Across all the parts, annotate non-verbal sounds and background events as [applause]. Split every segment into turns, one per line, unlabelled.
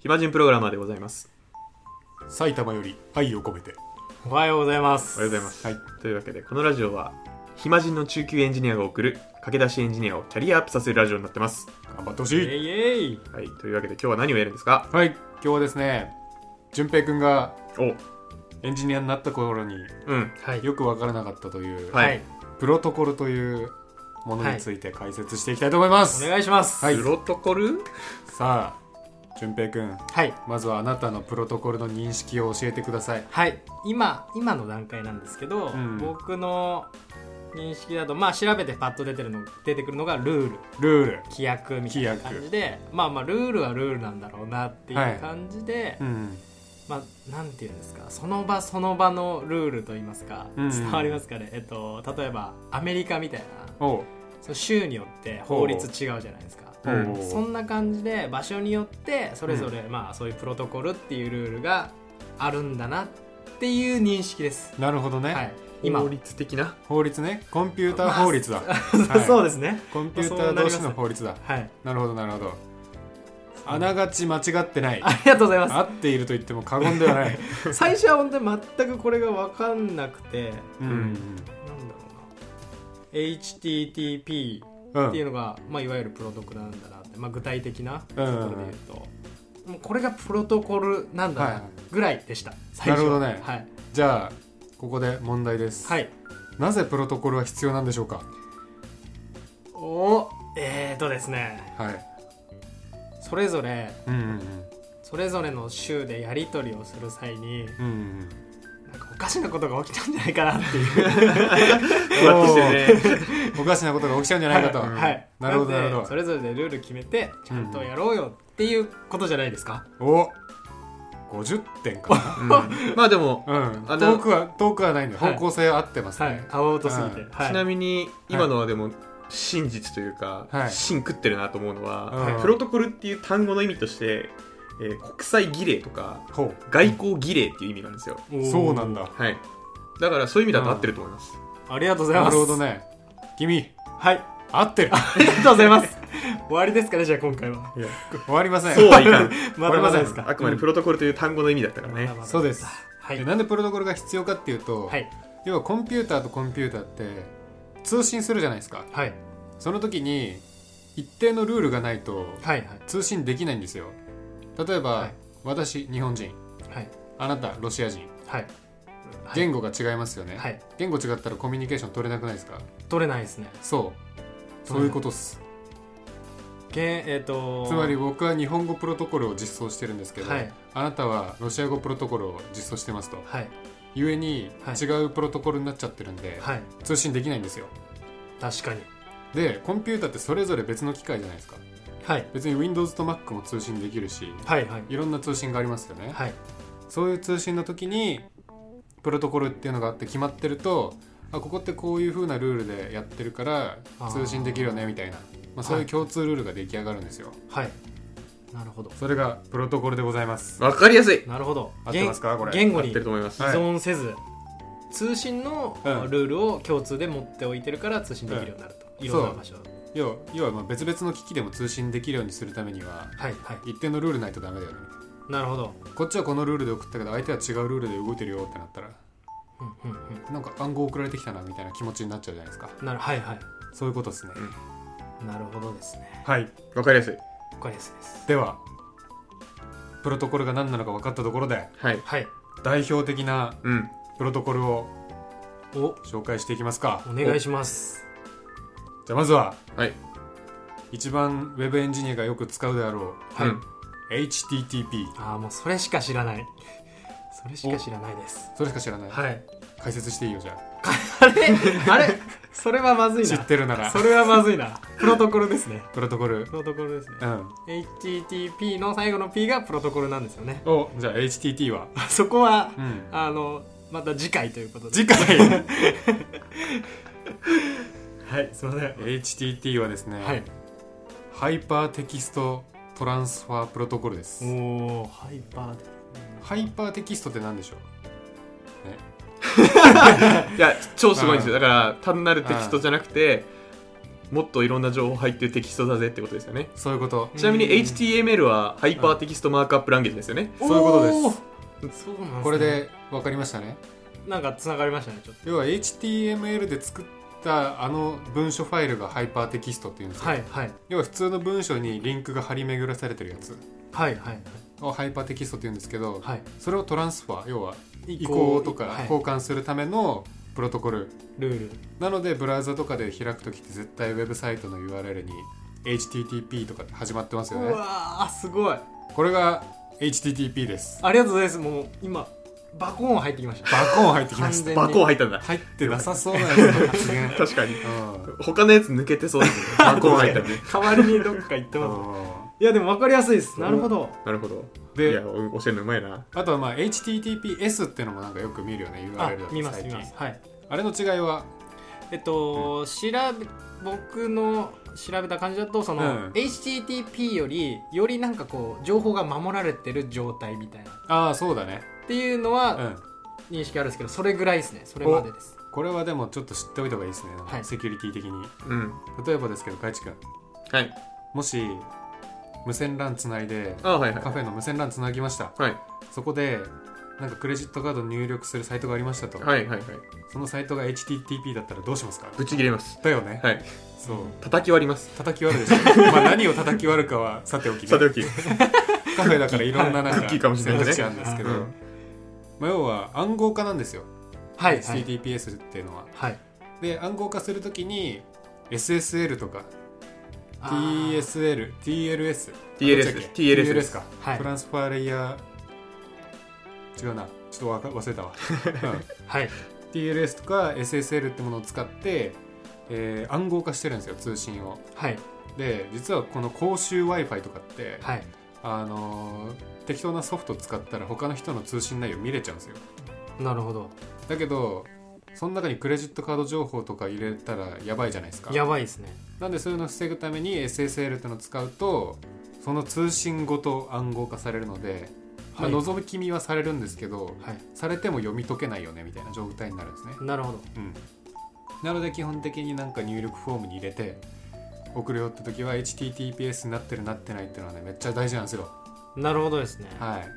暇人プログラマーでございます
埼玉より愛を込めて
おはようございます
おはようございます、
はい
というわけでこのラジオは暇人の中級エンジニアが送る駆け出しエンジニアをキャリアアップさせるラジオになってます
頑張ってほしい、
イエイエイ
はいというわけで今日は何をやるんですか
はい今日はですね淳平くんが
お
エンジニアになった頃に
うん
はい
よく分からなかったという、
はい
プロトコルというものについて解説していきたいと思います、
お願いします
はい
プロトコル
さあ淳平くん
はい
まずはあなたのプロトコルの認識を教えてください
はい今今の段階なんですけど、
うん
僕の認識だとまあ調べてパッと出てるの出てくるのがルール
ルール
規約みたいな
規約
感じでまあまあルールはルールなんだろうなってい
はいう
感じで、
うん
まあなんていうんですかその場その場のルールと言いますか、
うん
伝わりますかねえっと例えばアメリカみたいな
おう
その州によって法律違うじゃないですか
うん
おう
そんな感じで場所によってそれぞれ、まあそういうプロトコルっていうルールがあるんだなっていう認識です。
なるほどね、
はい、今
法
[laughs]
律的な
法律ねコンピューター法律だ、はい
そうですね。
コンピューター同士の法律だ
はい。
なるほどなるほどあながち間違ってない
ありがとうございます。
合っていると言っても過言では
[laughs]
ない、
最初は本当に全くこれが分かんなくて、
うん
なんだろうな。HTTP
うん、
っていうのが、まあ、いわゆるプロトコルなんだなって、まあ、具体的なところで言うと、もうこれがプロトコルなんだ
は
ないぐらいでした。最
な
初
るほどね
はい。
じゃあここで問題です、
はい
なぜプロトコルは必要なんでしょうか
おえーとですね
はい
それぞれ
うんうん
それぞれの州でやり取りをする際に
うんうん
なんかおかしなことが起きたんじゃないかなっていう
ふわっとしてるね
うんおかしなことが起きちゃうんじ [laughs] ゃないかと、
はい
[laughs] はい
なるほど
んで
なるほど
それぞれでルール決めてちゃんとやろうよっていうことじゃないですか、
お50点か
うんまあでも
な、うん、
あな
遠くは遠くはないんで
はい
方向性は合ってますね、
はいアバウトすぎて、
う
はい、
ちなみに今のはでも真実というか、
はい
真食ってるなと思うのは、
はい
プロトコルっていう単語の意味として、えー国際儀礼とか
ほう
外交儀礼っていう意味があるんですよ、
おー
そうなんだ
はいだからそういう意味だと合ってると思います、
ありがとうござい
な
ます
るほどね君
はい [laughs]
合ってる
ありがとうございます終わりですかねじゃあ今回
[laughs]
は
いや
終わりません
そう [laughs] はいかん
まだまだですか
あくまでプロトコルという単語の意味だったからね、
そうです
はい
でなんでプロトコルが必要かっていうと、
はい
要はコンピューターとコンピューターって通信するじゃないですか
はい
その時に一定のルールがないと
はいはい
通信できないんですよ例えば、
はい
私日本人
はい
あなたロシア人
はい
言語が違いますよね、
はい
言語違ったらコミュニケーション取れなくないですか
取れないですね
そう
取
そう
れない
いうことっす
げえっ、と
つまり僕は日本語プロトコルを実装してるんですけど、
はい
あなたはロシア語プロトコルを実装してますと
はい
故に
はい
違うプロトコルになっちゃってるんで、
はい
通信できないんですよ
確かに
でコンピューターってそれぞれ別の機械じゃないですか
はい
別に Windows と Mac も通信できるし
はいはい
いろんな通信がありますよね、
はい
そういう通信の時にプロトコルっていうのがあって決まってるとあここってこういう風なルールでやってるから
あー
通信できるよねみたいな、まあ、そういう共通ルールが出来上がるんですよ、
はいなるほど
それがプロトコルでございます
わかりやすい
なるほど
合ってますかこれ
言
合
語
っ
に
てる
依
と思います、
はい
存せず、通信の
うん
ルールを共通で持っておいてるから通信できるようになると、いろんな場所
要は要はまあ別々の機器でも通信できるようにするためには
はいはい
一定のルールないとダメだよね
なるほど
こっちはこのルールで送ったけど相手は違うルールで動いてるよってなったら
うんうんう
なんか暗号送られてきたなみたいな気持ちになっちゃうじゃないですか
んなるはいはい
そういうことですね
なるほどですね
はい
わかりやすい
わかりやすいです
ではプロトコルが何なのか分かったところで
はい
はい
代表的な
うん
プロトコルを
おお
紹介していきますか
願いします
じゃあまずは
はい、
一番ウェブエンジニアがよく使うであろ
はい、
うん
う HTTP
ああもうそれしか知らない [laughs] それしか知らないです
それしか知らない、
はい
解説していいよじゃ
あれあれそれはまず
あ
い
知
な
ってるなら
それはまずいなプロトコルですね
プロトコル
プロトコルですね
うん、
HTTP の最後の P がプロトコルなんですよね [laughs]
おじゃあ HTT は、
そこは
うん、
あのまた次回ということで
次 [laughs] 回
はいすいません
HTT はですね、
はい
ハイパーテキストトランスファープロトコルです
おおハイパーで
ハイパーテキストって何でしょ
いや超すごいんですよだから単なるテキストじゃなくてもっといろんな情報入ってるテキストだぜってことですよね
そういうこと
ちなみに
うん
HTML はハイパーテキストマークアップランゲージですよね
そういうことです
すそうなんですね
これで分かりましたね
なんかつながりましたねちょっ
要は HTML で作ったあの文書ファイルがハイパーテキストっていうんです
と
よ、
はいはい
要は普通の文章にリンクが張り巡らされてるやつ
はいはい
をハイパーテキストっていうんですけど
はい
それをトランスファー要は移
移
行とか
はい
交換するためのプロトコル、
ルール
なのでブラウザとかで開く時って絶対ウェブサイトの URL に HTTP とかって始まってますよ
う
ね
わーすごい
これが HTTP です
ありがとうございますもう今バコーン入ってきました
バコーン入ってきま
完
した
全に
バコーン入ったん
[laughs]
だ
入ってなさそうなやつの発言
確かに
うん
他のやつ抜けてそうですね
[laughs]
バコーン入ったんで
代わりにどっか行ってますいやでも分かりやすいですなるほど
なるほどいや
で
お教えるのうまいな
あとはまあ HTTPS ってのもなんかよく見るよね URL だ
あ
と
見ます
最
見
近
ますはい
あれの違いは
えっと、調べ僕の調べた感じだとその、
うん
HTTP よりよりなんかこう情報が守られてる状態みたいなっ
ああそうだね
ていうの
う
は
ん
認識あるんですけど、それぐらいですねそれまでです
これはでもちょっと知っておいた方がいいですね、
はい
セキュリティ的に
うん
例えばですけどかいちくん
はい
もし無線 LAN つないで
あはいはい
カフェの無線 LAN つなぎました
はい
そこでなんかクレジットカード入力するサイトがありましたと、
はいはいはい
そのサイトが HTTP だったらどうしますか
ぶち切れます
だよね、
はい
そう
叩き割ります
叩き割るでしょまあ何を叩き割るかはさておき、ね、
さておき
カフェだからいろんななん
ク
か
ッキーかもしれないね
選択肢あるんですけ
う [laughs]
ど、
ん
まあ、要は暗号化なんですよ、
はいはい
HTTPS っていうのは
はい
で暗号化するときに SSL とか
あー
TSL、TLS、
TLS
どっちだっけ
TLS です
TLS か、
はい
トランスファーレイヤー、違うな、ちょっとわか忘れたわ、うん
はい
TLS とか SSL ってものを使って、えー暗号化してるんですよ、通信を。
はい
で、実はこの公衆 Wi-Fi とかって、
はい
あのー適当なソフト使ったら他の人の通信内容見れちゃうんですよ。
なるほど
だけど、その中にクレジットカード情報とか入れたらやばいじゃないですか。
やばいですね
なんでそういうのを防ぐために SSL ってのを使うとその通信ごと暗号化されるので、ま
は
あ、
い
覗き見はされるんですけど
はい
されても読み解けないよねみたいな状態になるんですね、
なるほど
うん、なので基本的になんか入力フォームに入れて送るよって時は HTTPS になってるなってないっていうのはねめっちゃ大事なんですよ
なるほどですね、
はい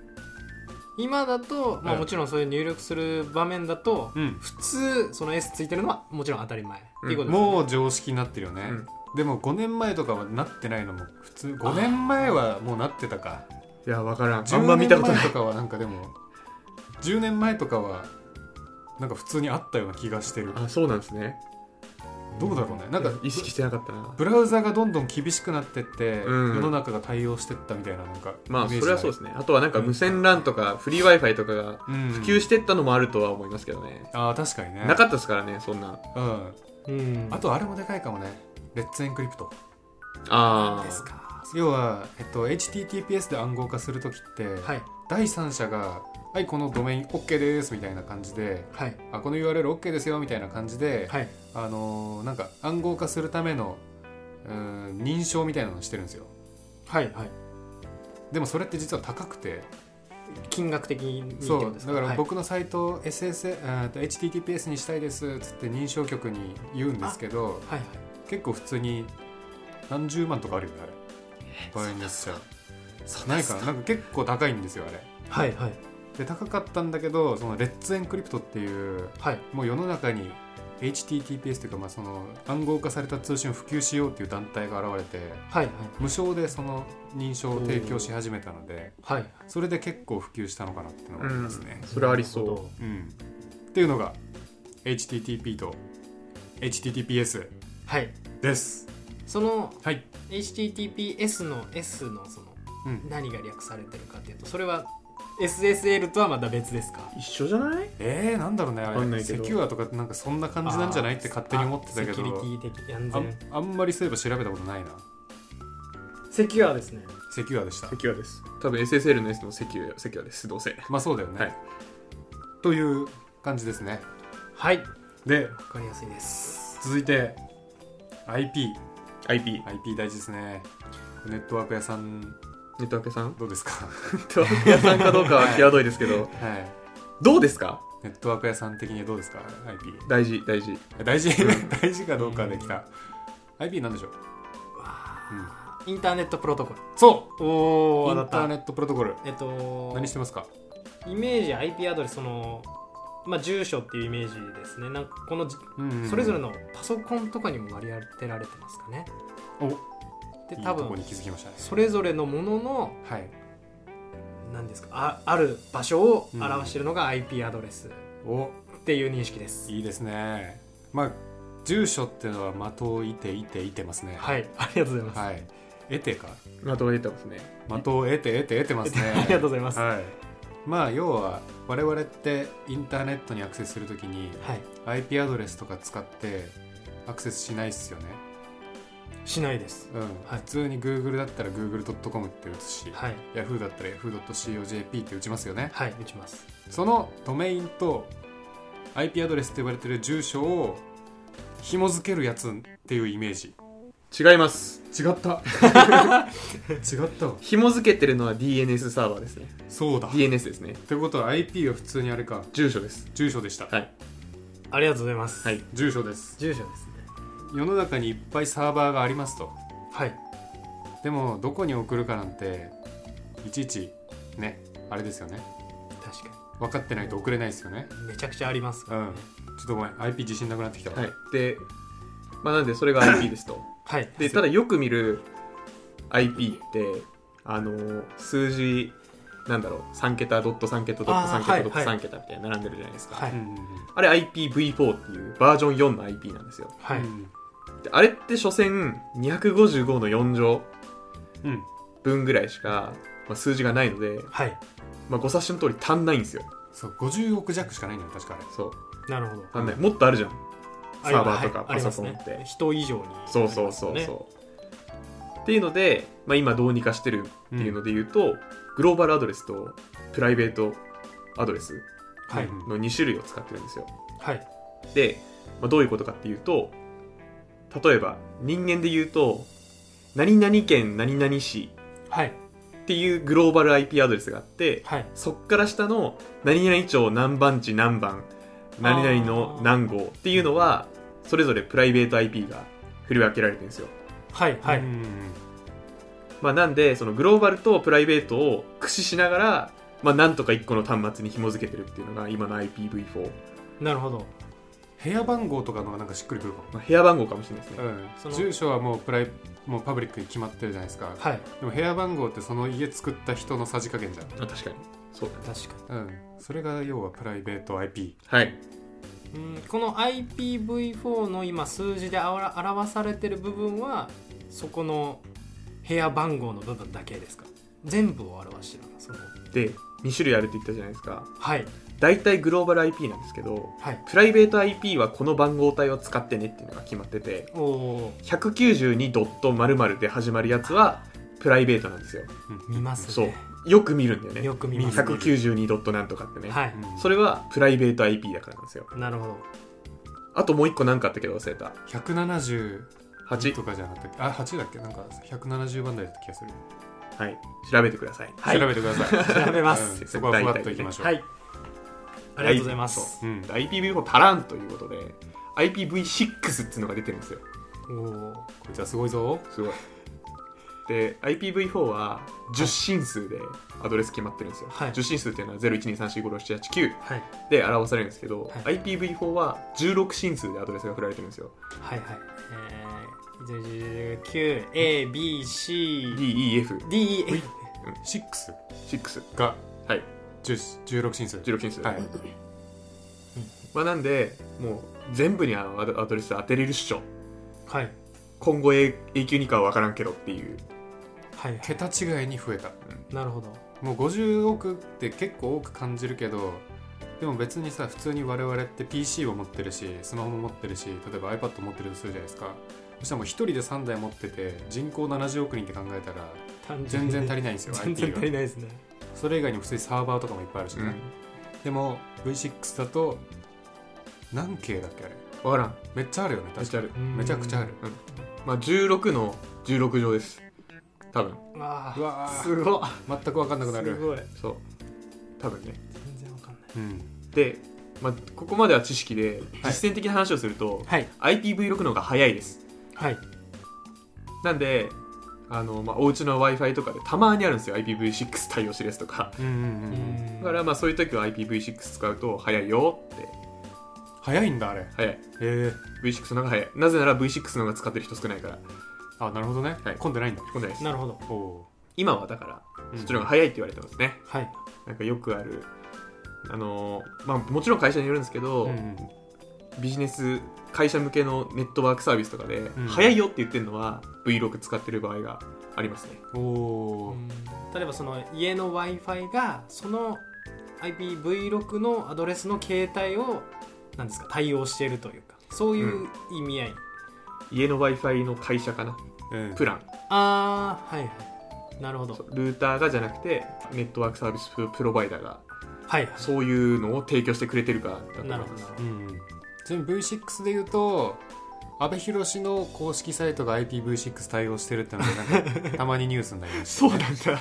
今だと、
は
まあ、
い
もちろんそういう入力する場面だと、
うん
普通その S ついてるのはもちろん当たり前、っていうことですね
もう常識になってるよね、
うん
でも5年前とかはなってないのも普通5年前はもうなってたか
いやわからんあ
10
んま見たこと
年
ない
前とかはなんかでも10年前とかはなんか普通にあったような気がしてる
あそうなんですね
どうだろうねなんか
意識してなかったな
ブラウザがどんどん厳しくなってって、
うん
世の中が対応してったみたいななんか、
まあそれはそうですすねあとはなんか無線 LAN とかフリー Wi-Fi とかが
うん、
普及してったのもあるとは思いますけどね、
ああ確かにね
なかったですからねそんな
うん、
うん
あとあれもでかいかもねレッツエンクリプト
あ
です
あ
か
要は、えっと、HTTPS で暗号化する時って、
はい
第三者が「はいこのドメイン OK です」みたいな感じで
はい
「あこの URLOK ですよ」みたいな感じで、
はい
あのーなんか暗号化するためのうーん認証みたいなのをしてるんですよ
はいはい
でもそれって実は高くて
金額的にって
そ
こ
う
とです
だから
はい
僕のサイトを SS、あーと HTTPS にしたいですっつって認証局に言うんですけど
はいはい
結構普通に何十万とかあるよねあれ場合によっちゃないかななんか結構高いんですよあれ
はいはい
で高かったんだけどそのレッツエンクリプトっていう
はい
もう世の中に HTTPS というか、まあ、その暗号化された通信を普及しようっていう団体が現れて
はい
無償でその認証を提供し始めたので
はいはい
それで結構普及したのかなっていうのがありますね、
それありそう
うんっていうのが HTTP と HTTPS
はい
です
その
はい
HTTPS の S のその
うん
何が略されてるかっていうとそれは SSL とはまた別ですか
一緒じゃない
えー、なんだろうねあ
わかんな
れ
いけ
セ
ど
キュアとかってなんかそんな感じなんじゃないって勝手に思ってたけ
あセキュ
ど
リティ的安
あ
全
あんまりそういえば調べたことないな
セキュアですね
セキュアでした
セキュアです多分 SSL の S のセキュアセキュアですどうせ
まあそうだよね、
はい
という感じですね
はいわ
で
かりやすいです
続いて IP
IP
IP 大事ですねネットワーク屋さん
ネットワーク屋さん [laughs]
どうです
[laughs]
か
ネットワーク屋さんかどうかは際どいですけど
はい
どうですか
ネットワーク屋さん的にどうですか IP
[laughs]
大事大事
大事大事かどうかできた IP なんでしょう、
インターネットプロトコル
そう
お
イ
お
ン
当
タ
た
ー
っ
ネ
た
ットプロトコル
えっと
何してますか
イメージ IP アドレスそのまあ住所っていうイメージですねなんかこのじそれぞれ
の
のパソコンとかにも割り当てられてますかね
お
で
いい
多
とこ
分
に気づきましたね
それぞれのものの
はい
何ですかあある場所を表しているのが IP アドレスっ
お
ていう認識です、
いいですねまあ住所っていうのは的をいていていてますね
はいありがとうございます、
はい得てか
まとめてますね
的を得て得て得てますね
[laughs] ありがとうございます、
はいまあ要は我々ってインターネットにアクセスするときに
はい
IP アドレスとか使ってアクセスしないっすよね、
しないです
うん
はい
普通に Google だったら Google.com って打つし、
はい
Yahoo だったら Yahoo.co.jp って打ちますよね
はい打ちます
そのドメインと IP アドレスって呼ばれてる住所を紐付けるやつっていうイメージ
違います
違った
[laughs]
違ったわ
紐付けてるのは DNS サーバーですね
そうだっ
DNS ですね
てことは IP は普通にあれか
住所です
住所でした、
はい
ありがとうございます、
はい
住所です
住所ですね
世の中にいっぱいサーバーがありますと
はい
でもどこに送るかなんていちいちねあれですよね
確か
分かってないと送れないですよね
にめちゃくちゃあります
う
からね
んちょっとごめん IP 自信なくなってきたわ
はいでまあなんでそれが IP です
[coughs]
と
はい
でただよく見る IP ってあの数字なんだろう3桁ドット3桁ドット3
あー
桁ドット
はいはい
3桁みたいな並んでるじゃないですか、
はい
うんうんうん
あれ IPv4 っていうバージョン4の IP なんですよ
はい、
うん
であれって所詮255の4乗
うん
分ぐらいしか、まあ、数字がないので、
はい
まあ、ご察しの通り足んないんですよ
そう50億弱しかないんだよ確かあれ
そう
なるほど
足んないもっとあるじゃんサーバーとか
あり
パソ
ます
コン
ね
って、
ありますね人以上に
そうそうそう
ね
そう。っていうので、まあ、今どうにかしてるっていうので言うと、グローバルアドレスとプライベートアドレス
はい
うん
の2種類を使ってるんですよ。
はい
で、まあ、どういうことかっていうと例えば人間で言うと何々県何々市
はい
っていうグローバル IP アドレスがあって
はい
そっから下の何々町何番地何番何々の何号っていうのはそれぞれプライベート IP が振り分けられてるんですよ。
はいはい、
うんうんうん
まあ、なんでそのグローバルとプライベートを駆使しながら、まあ、なんとか一個の端末に紐付けてるっていうのが今の IPv4、
なるほど
部屋番号とかのがなんかしっくりくるかも
まあ、部屋番号かもしれないですね、
う
そ
ん、
の
住所はもうプライもうパブリックに決まってるじゃないですか、
はい
でも部屋番号ってその家作った人のさじ加減じゃ
あ確かにそうだね
確か
ん、うん、それが要はプライベート IP
はい
に、うん、この IPv4 の今数字であわら表されてる部分はそこの部屋番号の部分だけですか全部を表してるのその
で2種類あるって言ったじゃないですか
はい
大体グローバル IP なんですけど
はい
プライベート IP はこの番号帯を使ってねっていうのが決まってて
おお
192.00で始まるやつはプライベートなんですよ
見ますね
よく見るんだよ
よ
ね
く見ます
見る
192. ドットなんとかってね、
はい、
うん
それはプライベート IP だからなんですよ
なるほど
あともう一個何かあったけど忘れた
170
8
とかじゃなかったっけあ8だっけなんか170番台だった気がする、
はい、調べてください。
はい
調べてください
調べます
うんそこはふわっといきましょう、
はいありがとうございます
うん、
IPv4 足らんということで、IPv6 っていうのが出てるんですよ。
おおー
こいつはすごいぞ
すごい。で、IPv4 は10進数でアドレス決まってるんですよ。
はい
10進数っていうのは01234567889
はい
で表されるんですけど、
は
IPv4 は16進数でアドレスが振られてるんですよ。
はいはいえー、9ABCDEF
DEF6。
6
16
が
はい
10 16進数
進数。
はい
まあなんで、もう全部にあのアドアドレス当てれるっしょ。
はい
今後永永久にかは分からんけどっていう。
はいは
桁違いに増えた
いなるほど
もう50億って結構多く感じるけどでも別にさ普通に我々って PC を持ってるしスマホも持ってるし例えば iPad 持ってるとするじゃないですかそしたらもう1人で3台持ってて人口70億人って考えたら
単純
全
に
然足りないんですよ
[laughs] 全
IT
然足
が
りないですね
それ以外にも普通にサーバーとかもいっぱいあるしね、でも V6 だと何系だっけあれ
分からん。
めっちゃあるよ
め
ね
っ
確
ち
か
ゃある。
うん
めちゃくちゃある
まあ、16の16乗です多分
あ
う
ー
わー
すごい
全く分かんなくな
す
る
ごい
そう多分ね
全然わかんない
うん
で、まあ、ここまでは知識で
はい
実践的な話をすると、
はい
IPv6 の方が早いです
はい
なんであの、まあ、お家の w i f i とかでたまにあるんですよ IPv6 対応してるやつとか
うんうんうんうん
だからまあそういう時は IPv6 使うと早いよって
早いんだあれへ
早い
え
V6 の方が早いなぜなら V6 の方が使ってる人少ないから
あなるほどね、
はい
混んでないんだ
こんないです
なるほど
おお
今はだから
ー
そっちの方が早いって言われてますね、
はい
なんかよくあるあのーまあもちろん会社によるんですけど、
うんうん
ビジネス会社向けのネットワークサービスとかで、
ん
早いよって言ってるのは V6 使ってる場合がありますね
おお
例えばその家の w i f i がその IPv6 のアドレスの携帯をなんですか対応しているというかそういう意味合い、
家の w i f i の会社かな
うん
プラン
ああはいはいなるほど
そうルーターがじゃなくてネットワークサービスプロバイダーが
はいはい
そういうのを提供してくれてるかだと思
ないるほ
ま
ど
す
な
う
る
んうんちなみに V6 で言うと阿部寛の公式サイトが IPv6 対応してるってのがなんかたまにニュースになりまし
そうなんだ
た、うん、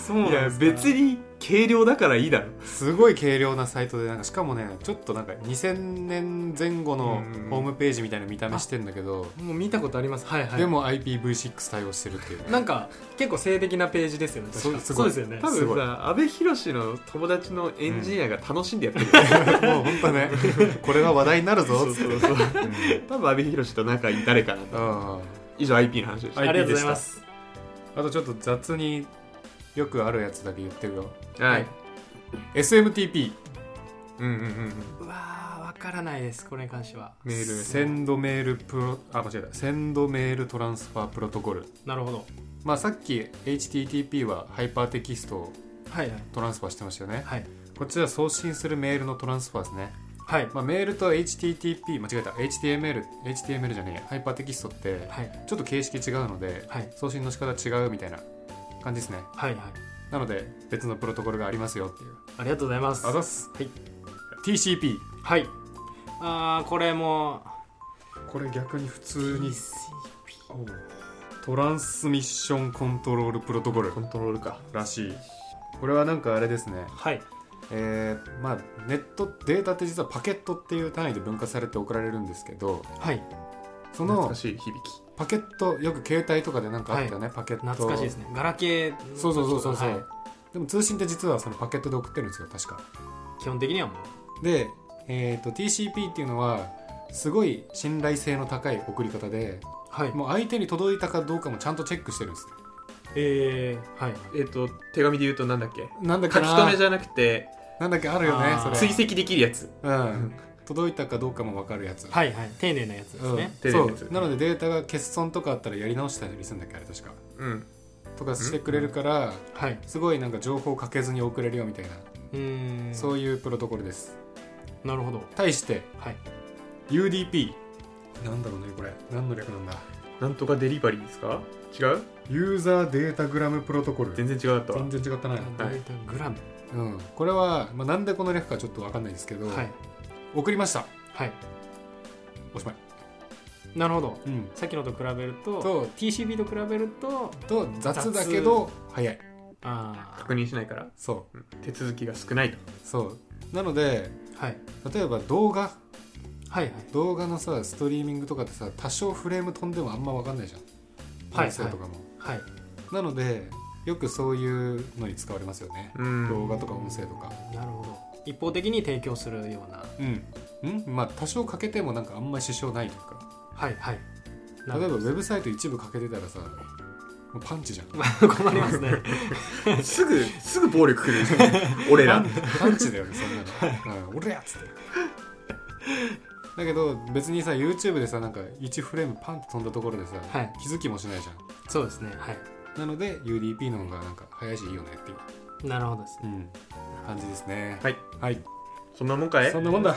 そうなん
いや
ですか
別に軽量だからいいだろ
すごい軽量なサイトでなんかしかもねちょっとなんか2000年前後の
うん
ホームページみたいな見た目してんだけど、
もう見たことありますはいはい
でも IPv6 対応してるっていうね [laughs]
なんか結構性的なページですよね確か
そうす
そ
ご
う
い
ですよね
多
す
分
ごい
さ阿部寛の友達のエンジニアが楽しんでやってる、
もう本当
[laughs]
ねこれは話題になるぞつって
そうそうそう [laughs] 多分阿部寛と仲いい誰かな
う
と
んあ
以上 IP の話でした、
あり
は
IP
がとう
で
ご
し
ざい
た
ま
と
す
ちょっと雑によくあるやつだけ言ってるよ
い、
はい、SMTP
うんうんうんうん
うわーわからないですこれに関しては
メール
センドメールプロあ間違えたセンドメールトランスファープロトコル
なるほど
まあさっき HTTP はハイパーテキストを
はいはい
トランスファーしてましたよね
はい
こっちは送信するメールのトランスファーですね、
はい
まあ、メールと HTTP 間違えた HTML HTML じゃねえハイパーテキストって
はい
ちょっと形式違うので
はい
送信の仕方違うみたいな感じですね
はいはい
なので別のプロトコルがありますよっていう
ありがとうございます
あざっす
はい
TCP
はいあーこれも
これ逆に普通に
TCP
トランスミッションコントロールプロトコル
コントロールから
しいこれはなんかあれですね
はい
えーまあネットデータって実はパケットっていう単位で分化されて送られるんですけど
はい
そ
懐
の
かしい響き
パケットよく携帯とかでなんかあったよね、パケット
懐かしいですねガラケーの時とか
そうそうそうそうそう、
はい
でも通信って実はそのパケットで送ってるんですよ確か
基本的にはも
で、えー、と TCP っていうのはすごい信頼性の高い送り方で
うはい
もう相手に届いたかどうかもちゃんとチェックしてるんです
えー、はい
えっ、と手紙で言うとなんだっけ
なんだっけ
書き留め
な
じゃなくて
なんだっけあるよね
あ
そ
ー
追
れ
跡できるやつ
うん届いたかどうかも分かるやつ
はいはい丁寧なやつですね、
丁寧な
そ
やつ
うなのでデータが欠損とかあったらやり直したりするんだっけあれ確か
うん
とかしてくれるから
はい
すごいなんか情報をかけずに送れるよみたいな、
うーん
そういうプロトコルです
なるほど
対して
はい
UDP なんだろうねこれ何の略なんだ
なんとかデリバリーですか違う
ユーザーデータグラムプロトコル
全然違うかったわ
全然違ったな、
データグラム
うん、これは、まあ、なんでこの略かちょっと分かんないですけど、
はい
送りました
はい
おしまい、
なるほど
うん、
さっきのと比べると
と
TCB と比べると
と雑だけど早い
あ
確認しないから
そ
うん手続きが少ないと
うそうなので
あ、はい、
例えば動画
はいはい
動画のさストリーミングとかってさ多少フレーム飛んでもあんま分かんないじゃん
はい
音声とかも、
はい
なのでよくそういうのに使われますよね、
うん
動画とか音声とか
なるほど一方的に提供するような
うん、うん、まあ多少かけてもなんかあんまり支障ないというか
はいはいな
例えば
る
ウェブサイト一部かけてたらさもうパンチじゃん
ほど [laughs] 困りますね
すぐすぐ暴力くる
[laughs]
俺ら
パンチだよねそんなの、うん、俺やっつってだけど別にさ YouTube でさなんか1フレームパンって飛んだところでさ、
はい
気づきもしないじゃ
そうですねはい
んなので UDP の方がなんか早いしいいよねっていう、
なるほどですね
うん、感じですね
はい
はい
そんなもんかい
そんなもんだ
は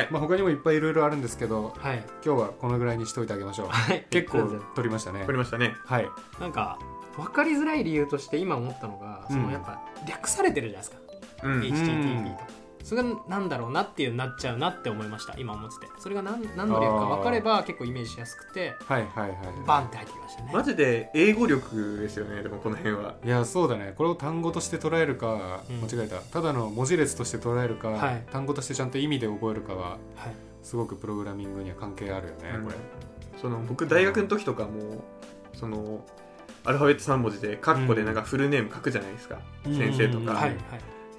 い
まあ他にもいっぱいいろいろあるんですけど
はい
今日はこのぐらいにしといてあげましょう
[laughs] はい
結
全
構
然
撮りましたね
わかりましたね
はい
なんか分かりづらい理由として今思ったのが、
う
そ
ん
のやっぱ略されてるじゃないですか、
うん
HTTP とそれがなんだろうなっていうなっちゃうなって思いました今思っててそれが何何の略か分かれば結構イメージしやすくて
はいはいはい
バンって入ってきましたね
マジで英語力ですよねでもこの辺はい
やそうだねこれを単語として捉えるか、
うん
間違えたただの文字列として捉えるか、
はい
単語としてちゃんと意味で覚えるかは
はい、
すごくプログラミングには関係あるよね、
うん
これ
その僕大学の時とかもそのアルファベット3文字でカッコでなんかフルネーム書くじゃないですか、
うん
先生と
うん
か、
はいはい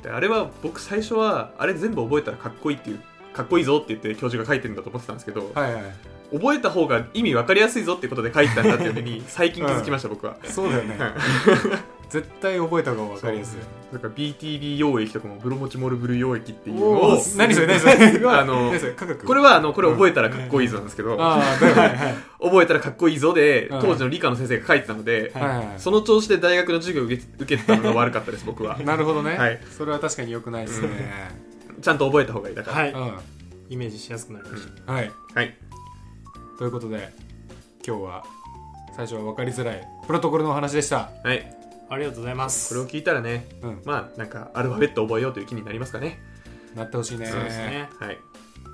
であれは僕最初はあれ全部覚えたらかっこいいっていうかっこいいぞって言って教授が書いてるんだと思ってたんですけど、
はいはい
覚えた方が意味わかりやすいぞってことで書いてたんだっていうのに最近気づきました、僕 [laughs] は
そうだよね
はい
絶対覚えた方が分かりやすい
なんか BTB 溶液とかもブロモチモルブル溶液っていうの
お
を
ー
[laughs]
何それ何それすごい
あの
[laughs] 何それ科学
これはあのこれ覚えたらかっこいいぞなんですけど、
ああだよねはい
覚えたらかっこいいぞで
うん
当時の理科の先生が書いてたので、
はい
はいはい
その調子で大学の授業を受け受けてたのが悪かったです [laughs] 僕は
なるほどね、
はい
それは確かに良くないですね
ちゃんと覚えた方がいいだから
は
う
い、
ん
イメージしやすくなりました、
はい
はい
ということで今日は最初は分かりづらいプロトコルのお話でした
はい
ありがとうございます
これを聞いたらね
うん
まあなんかアルファベット覚えようという気になりますかね
なってほしいね
そうですね
はい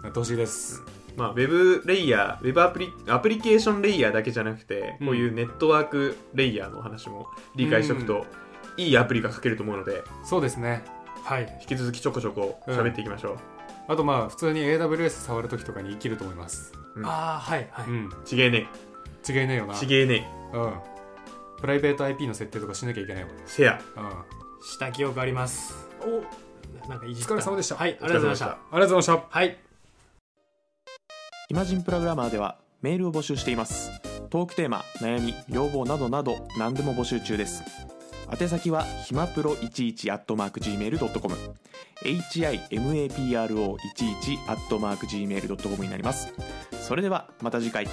なってほしいです、
まあ、ウェブレイヤー、ウェブアプリアプリケーションレイヤーだけじゃなくて、
うん
こういうネットワークレイヤーのお話も理解しておくと、いいアプリが書けると思うので、
そうですね
はい
引き続きちょこちょこ喋っていきましょう。
あとまあ普通に AWS 触るときとかに生きると思います
うん
ああはいはい、
うん
ちげえね
違いないよな
え、ちげえね
うんプライベート IP の設定とかしなきゃいけないもん
え、せや。
うんあ
した記憶ありますおなんかいじった
お疲れ様でした
はいありがとうございまし
お疲れ
た
りがとうございました
はい
イマジンプログラマーではメールを募集していますトークテーマ悩み要望などなど何でも募集中です宛先はひまプロ11 at mark gmail.com himapro11 at mark gmail.com になりますそれではまた次回